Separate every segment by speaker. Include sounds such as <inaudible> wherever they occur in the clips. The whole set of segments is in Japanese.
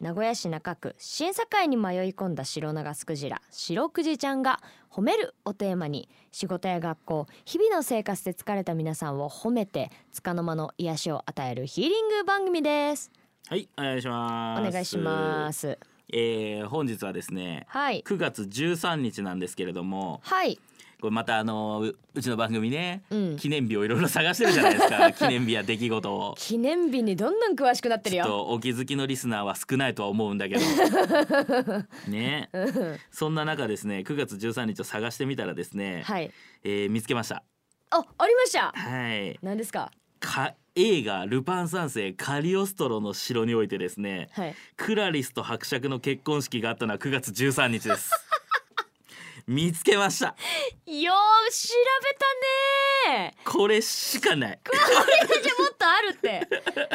Speaker 1: 名古屋市中区審査会に迷い込んだ白長スクジラ白くじちゃんが褒めるをテーマに仕事や学校日々の生活で疲れた皆さんを褒めて束の間の癒しを与えるヒーリング番組です
Speaker 2: はいお願いし
Speaker 1: お
Speaker 2: ます
Speaker 1: 願いしますす
Speaker 2: えー、本日はですね
Speaker 1: はい
Speaker 2: 9月13日なんですけれども
Speaker 1: はい
Speaker 2: これまたあのううちの番組ね、
Speaker 1: うん
Speaker 2: 記念日をいろいろ探してるじゃないです
Speaker 1: <laughs>
Speaker 2: か記念日や出来事を
Speaker 1: 記念日にどんどん詳しくなってる
Speaker 2: ちょっ
Speaker 1: よ
Speaker 2: とお気づきのリスナーは少ないとは思うんだけ
Speaker 1: <laughs>
Speaker 2: どね
Speaker 1: うん
Speaker 2: そんな中ですね9月13日を探してみたらですね、
Speaker 1: はい
Speaker 2: えー見つけました
Speaker 1: あ、ありました
Speaker 2: はい
Speaker 1: 何ですか
Speaker 2: か映画「ルパン三世カリオストロの城」においてですね
Speaker 1: はい
Speaker 2: クラリスと伯爵の結婚式があったのは9月13日です <laughs> 見つけました
Speaker 1: よー調べたね
Speaker 2: これしかない
Speaker 1: ーえじゃあもっとあるって多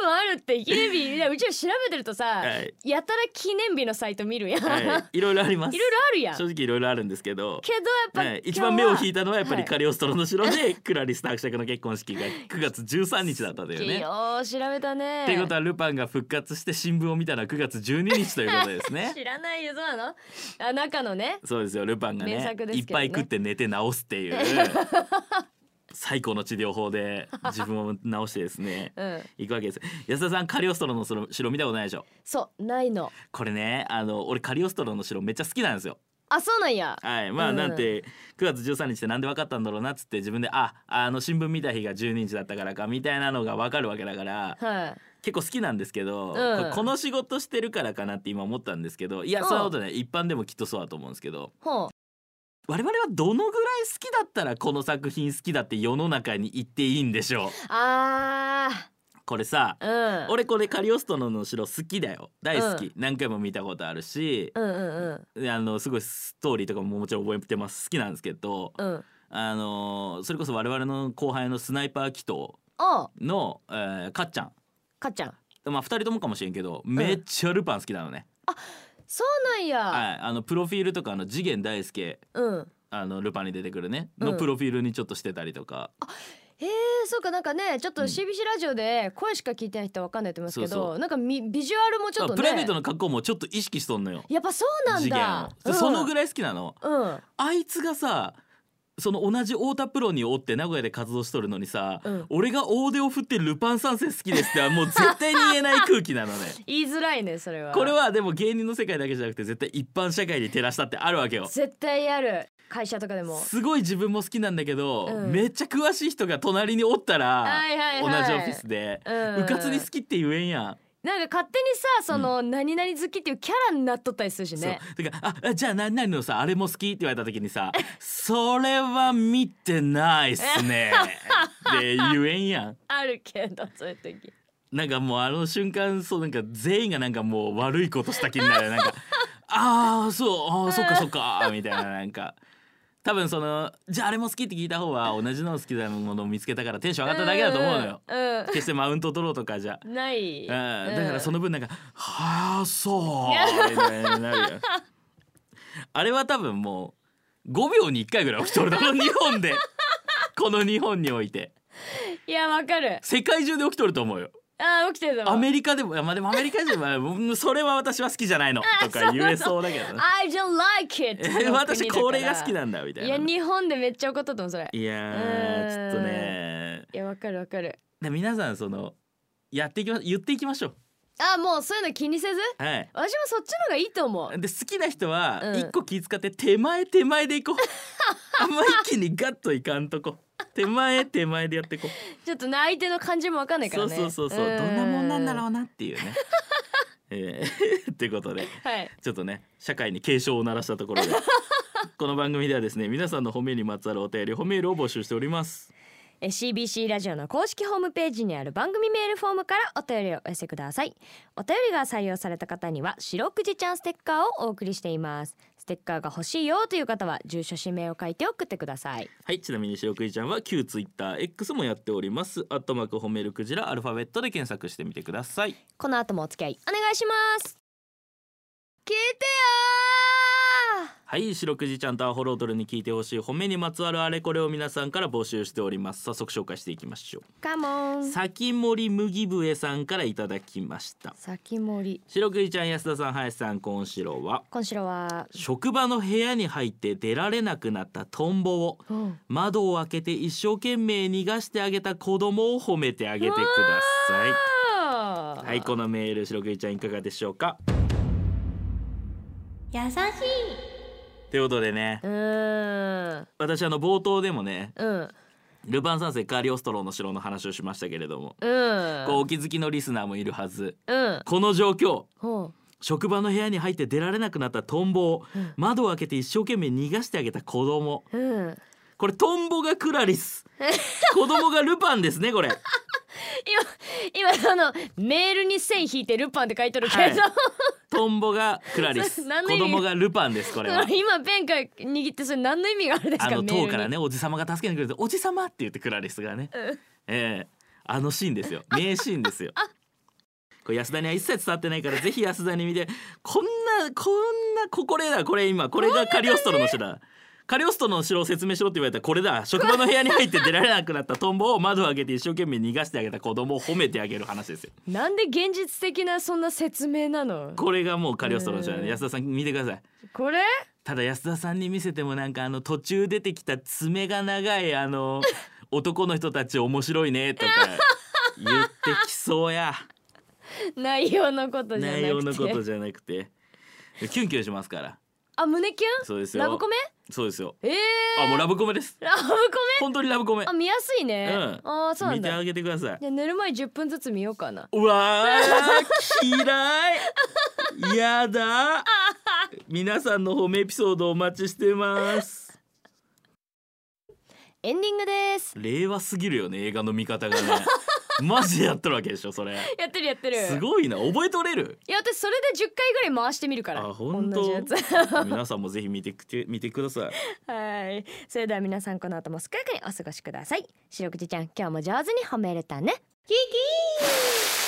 Speaker 1: 分あるって記念日いやうちら調べてるとさ、
Speaker 2: はい
Speaker 1: やたら記念日のサイト見るやん、 <laughs> い、
Speaker 2: はい、いろいろあります
Speaker 1: ろいろあるやん
Speaker 2: 正直いろいろあるんですけど
Speaker 1: けどやっぱ、
Speaker 2: はい、一番目を引い
Speaker 1: い
Speaker 2: たのはやっぱり
Speaker 1: はい
Speaker 2: カリオストロの城でクラリスと伯爵の結婚式が9月13日だったというね
Speaker 1: よ。ー調べたね
Speaker 2: っていうことはルパンが復活して新聞を見たのは9月12日ということですね。
Speaker 1: 知らないよそうなのあ中のね
Speaker 2: そうですよルパンがね
Speaker 1: 名作です
Speaker 2: い
Speaker 1: け
Speaker 2: っ
Speaker 1: ど
Speaker 2: ぱ
Speaker 1: ね
Speaker 2: い食って寝て治すっていう
Speaker 1: <laughs>
Speaker 2: 最高の治療法で自分を治してですね
Speaker 1: うん
Speaker 2: 行くわけです安田さんカリオストロのその城見たことないでしょ
Speaker 1: そうないの
Speaker 2: これねあの俺カリオストロの城めっちゃ好きなんですよ
Speaker 1: あそうなんや
Speaker 2: はいまあ
Speaker 1: うん
Speaker 2: なんて9月13日ってなんで分かったんだろうなっつって自分でああの新聞見た日が12日だったからかみたいなのが分かるわけ
Speaker 1: <laughs>
Speaker 2: だから
Speaker 1: はい
Speaker 2: 結構好きなんですけ
Speaker 1: う
Speaker 2: ど、
Speaker 1: ん
Speaker 2: これこの仕事してるからかなって今思ったんですけどいや
Speaker 1: うん
Speaker 2: そんなことない一般でもきっとそうだと思うんですけど
Speaker 1: ほう
Speaker 2: 我々はどのぐらい好きだったらこの作品好きだって世の中に言っていいんでしょ
Speaker 1: あー
Speaker 2: うこれさ
Speaker 1: うん
Speaker 2: 俺これカリオストロの城好きだよ大好き、
Speaker 1: う
Speaker 2: 何回も見たことあるし、
Speaker 1: うんうん
Speaker 2: あのすごいストーリーとかももちろん覚えてます好きなんですけど、
Speaker 1: うんうん
Speaker 2: あのーそれこそ我々の後輩のスナイパー紀藤
Speaker 1: お
Speaker 2: の、えーかっちゃん
Speaker 1: かっちゃん
Speaker 2: まあ2人ともかもしれんけどめっちゃルパン好きなのね、
Speaker 1: そうなんや、
Speaker 2: はい、あのプロフィールとかあの次元大輔
Speaker 1: うん
Speaker 2: あのルパンに出てくるね
Speaker 1: う
Speaker 2: の
Speaker 1: ん
Speaker 2: プロフィールにちょっとしてたりとか、
Speaker 1: えー、そうかなんかねちょっと
Speaker 2: うん
Speaker 1: CBC ラジオで声しか聞いてない人はわかんないと思いますけど
Speaker 2: そうそ
Speaker 1: なんかみビジュアルもちょっとね
Speaker 2: プライベートの格好もちょっと意識しとんのよ
Speaker 1: やっぱそうなん
Speaker 2: 次元を
Speaker 1: だ、うん、
Speaker 2: そのぐらい好きなの
Speaker 1: うん
Speaker 2: あいつがさその同じ太田プロにおって名古屋で活動しとるのにさ、
Speaker 1: うん
Speaker 2: 俺が大手を振ってルパン三世好きですってもう絶対に言えない空気な
Speaker 1: <laughs>
Speaker 2: のね
Speaker 1: 言いづらいねそれは
Speaker 2: これはでも芸人の世界だけじゃなくて絶対一般社会に照らしたってあるわけよ
Speaker 1: 絶対ある会社とかでも
Speaker 2: すごい自分も好きなんだけど、
Speaker 1: うん
Speaker 2: めっちゃ詳しい人が隣におったら、
Speaker 1: はいはいはい
Speaker 2: 同じオフィスで、
Speaker 1: うん
Speaker 2: うかつに好きって言えんやん。
Speaker 1: なんか勝手にさその、何々好きっていうキャラになっとったりするしね
Speaker 2: そうだからああじゃあ何々のさあれも好きって言われた時にさ「それは見てないっす
Speaker 1: <laughs>
Speaker 2: ね」って言えんやん。
Speaker 1: あるけどそういう時
Speaker 2: なんかもうあの瞬間そうなんか全員がなんかもう悪いことした気になるなんか「ああそうあーそっかそ
Speaker 1: <laughs>
Speaker 2: っか」みたいななんか多分その「じゃああれも好き」って聞いた方は同じの好きなものを見つけたからテンション上がっただけだと思うのよ。
Speaker 1: うん、
Speaker 2: 決してマウント取ろうとかじゃ。
Speaker 1: うん、ない、
Speaker 2: うん、だからそ
Speaker 1: の
Speaker 2: の分なんか「はあそう」みたいになるよあれは多分もう5秒に1回ぐらい起きとるだろう日本 <laughs> でこの日本において
Speaker 1: いやわかる
Speaker 2: 世界中で起きとると思うよ
Speaker 1: あー起きてると思
Speaker 2: ア
Speaker 1: う
Speaker 2: メリカでもいやまあでもアメリカ人 <laughs> はうんそれは私は好きじゃないのとか言えそうだけどね
Speaker 1: I don't like it
Speaker 2: え私これが好き
Speaker 1: だ
Speaker 2: なんだみたい
Speaker 1: い
Speaker 2: な
Speaker 1: や
Speaker 2: いや
Speaker 1: 日本でめっちゃ怒っとったもんそれ
Speaker 2: ーちょっとね
Speaker 1: いやわかるわかる
Speaker 2: で皆さんそのやっていきま言っていきましょ
Speaker 1: あもうそういうの気にせず
Speaker 2: うはい
Speaker 1: 私もそっちの方がいいと思う
Speaker 2: で好きな人は
Speaker 1: うん
Speaker 2: 一個気使って手前手前で
Speaker 1: <laughs>
Speaker 2: 行こうあんま一気にガッといかんとこ手前手前でやっていこう
Speaker 1: ちょっとね相手の感じもわかんないか
Speaker 2: そ
Speaker 1: ら
Speaker 2: う
Speaker 1: ね
Speaker 2: そうそうそうどんなもんなんだろうなっていう
Speaker 1: <laughs>
Speaker 2: ねえーってことで
Speaker 1: はい
Speaker 2: ちょっとね社会に警鐘を鳴らしたとこ
Speaker 1: <laughs>
Speaker 2: ろでこの番組ではですね皆さんの褒めにまつわるお便り褒めメールを募集しております
Speaker 1: え CBC ラジオの公式ホームページにある番組メールフォームからお便りをお寄せくださいお便りが採用された方には白くじちゃんステッカーをお送りしていますステッカーが欲しいよという方は住所氏名を書いて送ってください
Speaker 2: はいちなみに白くじちゃんは旧ツイッター X もやっておりますアットマーク褒めるクジラアルファベットで検索してみてください
Speaker 1: この後もお付き合いお願いします聞いてよ
Speaker 2: はい白くじちゃんとアホロードルに聞いてほしい褒めにまつわるあれこれを皆さんから募集しております早速紹介していきましょ
Speaker 1: ーカモ
Speaker 2: う
Speaker 1: ン
Speaker 2: 先森麦笛さんからいただきました
Speaker 1: 先森
Speaker 2: 白くじちゃん安田さん林さん今しろは
Speaker 1: 今週は
Speaker 2: 職場の部屋に入って出られなくなったトンボを
Speaker 1: うん
Speaker 2: 窓を開けて一生懸命逃がしてあげた子供を褒めてあげてくださいは、
Speaker 1: はい
Speaker 2: このメール、白くじちゃんいかがでしょうか。
Speaker 3: 優しい
Speaker 2: ということでね
Speaker 1: う、ーん
Speaker 2: 私あの冒頭でもね、
Speaker 1: うん
Speaker 2: ルパン三世カリオストロの城の話をしましたけれども、
Speaker 1: うん
Speaker 2: こうお気づきのリスナーもいるはず。
Speaker 1: うん
Speaker 2: この状況、
Speaker 1: ほう
Speaker 2: 職場の部屋に入って出られなくなったトンボを
Speaker 1: うん
Speaker 2: 窓を開けて一生懸命逃がしてあげた子供。
Speaker 1: うん
Speaker 2: これトンボがクラリ
Speaker 1: <laughs>
Speaker 2: ス、子供がルパンですねこれ。
Speaker 1: 今そのメールに線引いてルパンって書いてるけど、
Speaker 2: はいトンボがクラリス、
Speaker 1: それ
Speaker 2: 子
Speaker 1: 何の意味。
Speaker 2: 供がルパンですこれは
Speaker 1: <laughs> 今ペンから握ってそれ何の意味があるんですか
Speaker 2: あの
Speaker 1: メール
Speaker 2: 塔
Speaker 1: に
Speaker 2: からねおじさまが助けてくれて「おじさま」って言ってクラリスがね、
Speaker 1: うん
Speaker 2: ええあのシーンです <laughs> よ名シーンですよ。これ安田には一切伝わってないからぜひ安田に見てこんなこんなここれだこれ今これがカリオストロの城だ。カリオストロの城を説明しろって言われたらこれだ職場の部屋に入って出られなくなったトンボを窓を開けて一生懸命逃がしてあげた子供を褒めてあげる話ですよ
Speaker 1: なんで現実的なそんな説明なの
Speaker 2: これがもうカリオストロの城なんで
Speaker 1: へえ
Speaker 2: 安田さん見てください
Speaker 1: これ
Speaker 2: ただ安田さんに見せてもなんかあの途中出てきた爪が長いあの <laughs> 男の人たち面白いねとか言ってきそうや
Speaker 1: 内容のことじゃなくて
Speaker 2: 内容のことじゃなくてキュンキュンしますから
Speaker 1: あ胸キュ
Speaker 2: そうです
Speaker 1: ン
Speaker 2: よ
Speaker 1: ラブコメ
Speaker 2: そうですよ
Speaker 1: えー、
Speaker 2: あもうラブコメです
Speaker 1: ラブコメ
Speaker 2: 本当にラブコメ
Speaker 1: あ見やすいね、
Speaker 2: うん
Speaker 1: あーそうなん
Speaker 2: 見て
Speaker 1: だ
Speaker 2: あげてください
Speaker 1: じゃあ寝る前10分ずつ見ようかな
Speaker 2: うわ
Speaker 1: <laughs>
Speaker 2: ー嫌いやだ皆さんの褒めエピソードお待ちしてます
Speaker 1: エンディングです
Speaker 2: 令和すぎるよね映画の見
Speaker 1: <laughs>
Speaker 2: 方がねマジでやってるわけでしょそれ
Speaker 1: やってるやってる
Speaker 2: すごいな覚えとれる
Speaker 1: いや私それで10回ぐらい回してみるから
Speaker 2: あ本当
Speaker 1: 同じやつ <laughs>
Speaker 2: 皆さんもぜひ見てくて見てください
Speaker 1: はいそれでは皆さんこの後も健やかにお過ごしください白くじちゃん今日も上手に褒めれたねキキー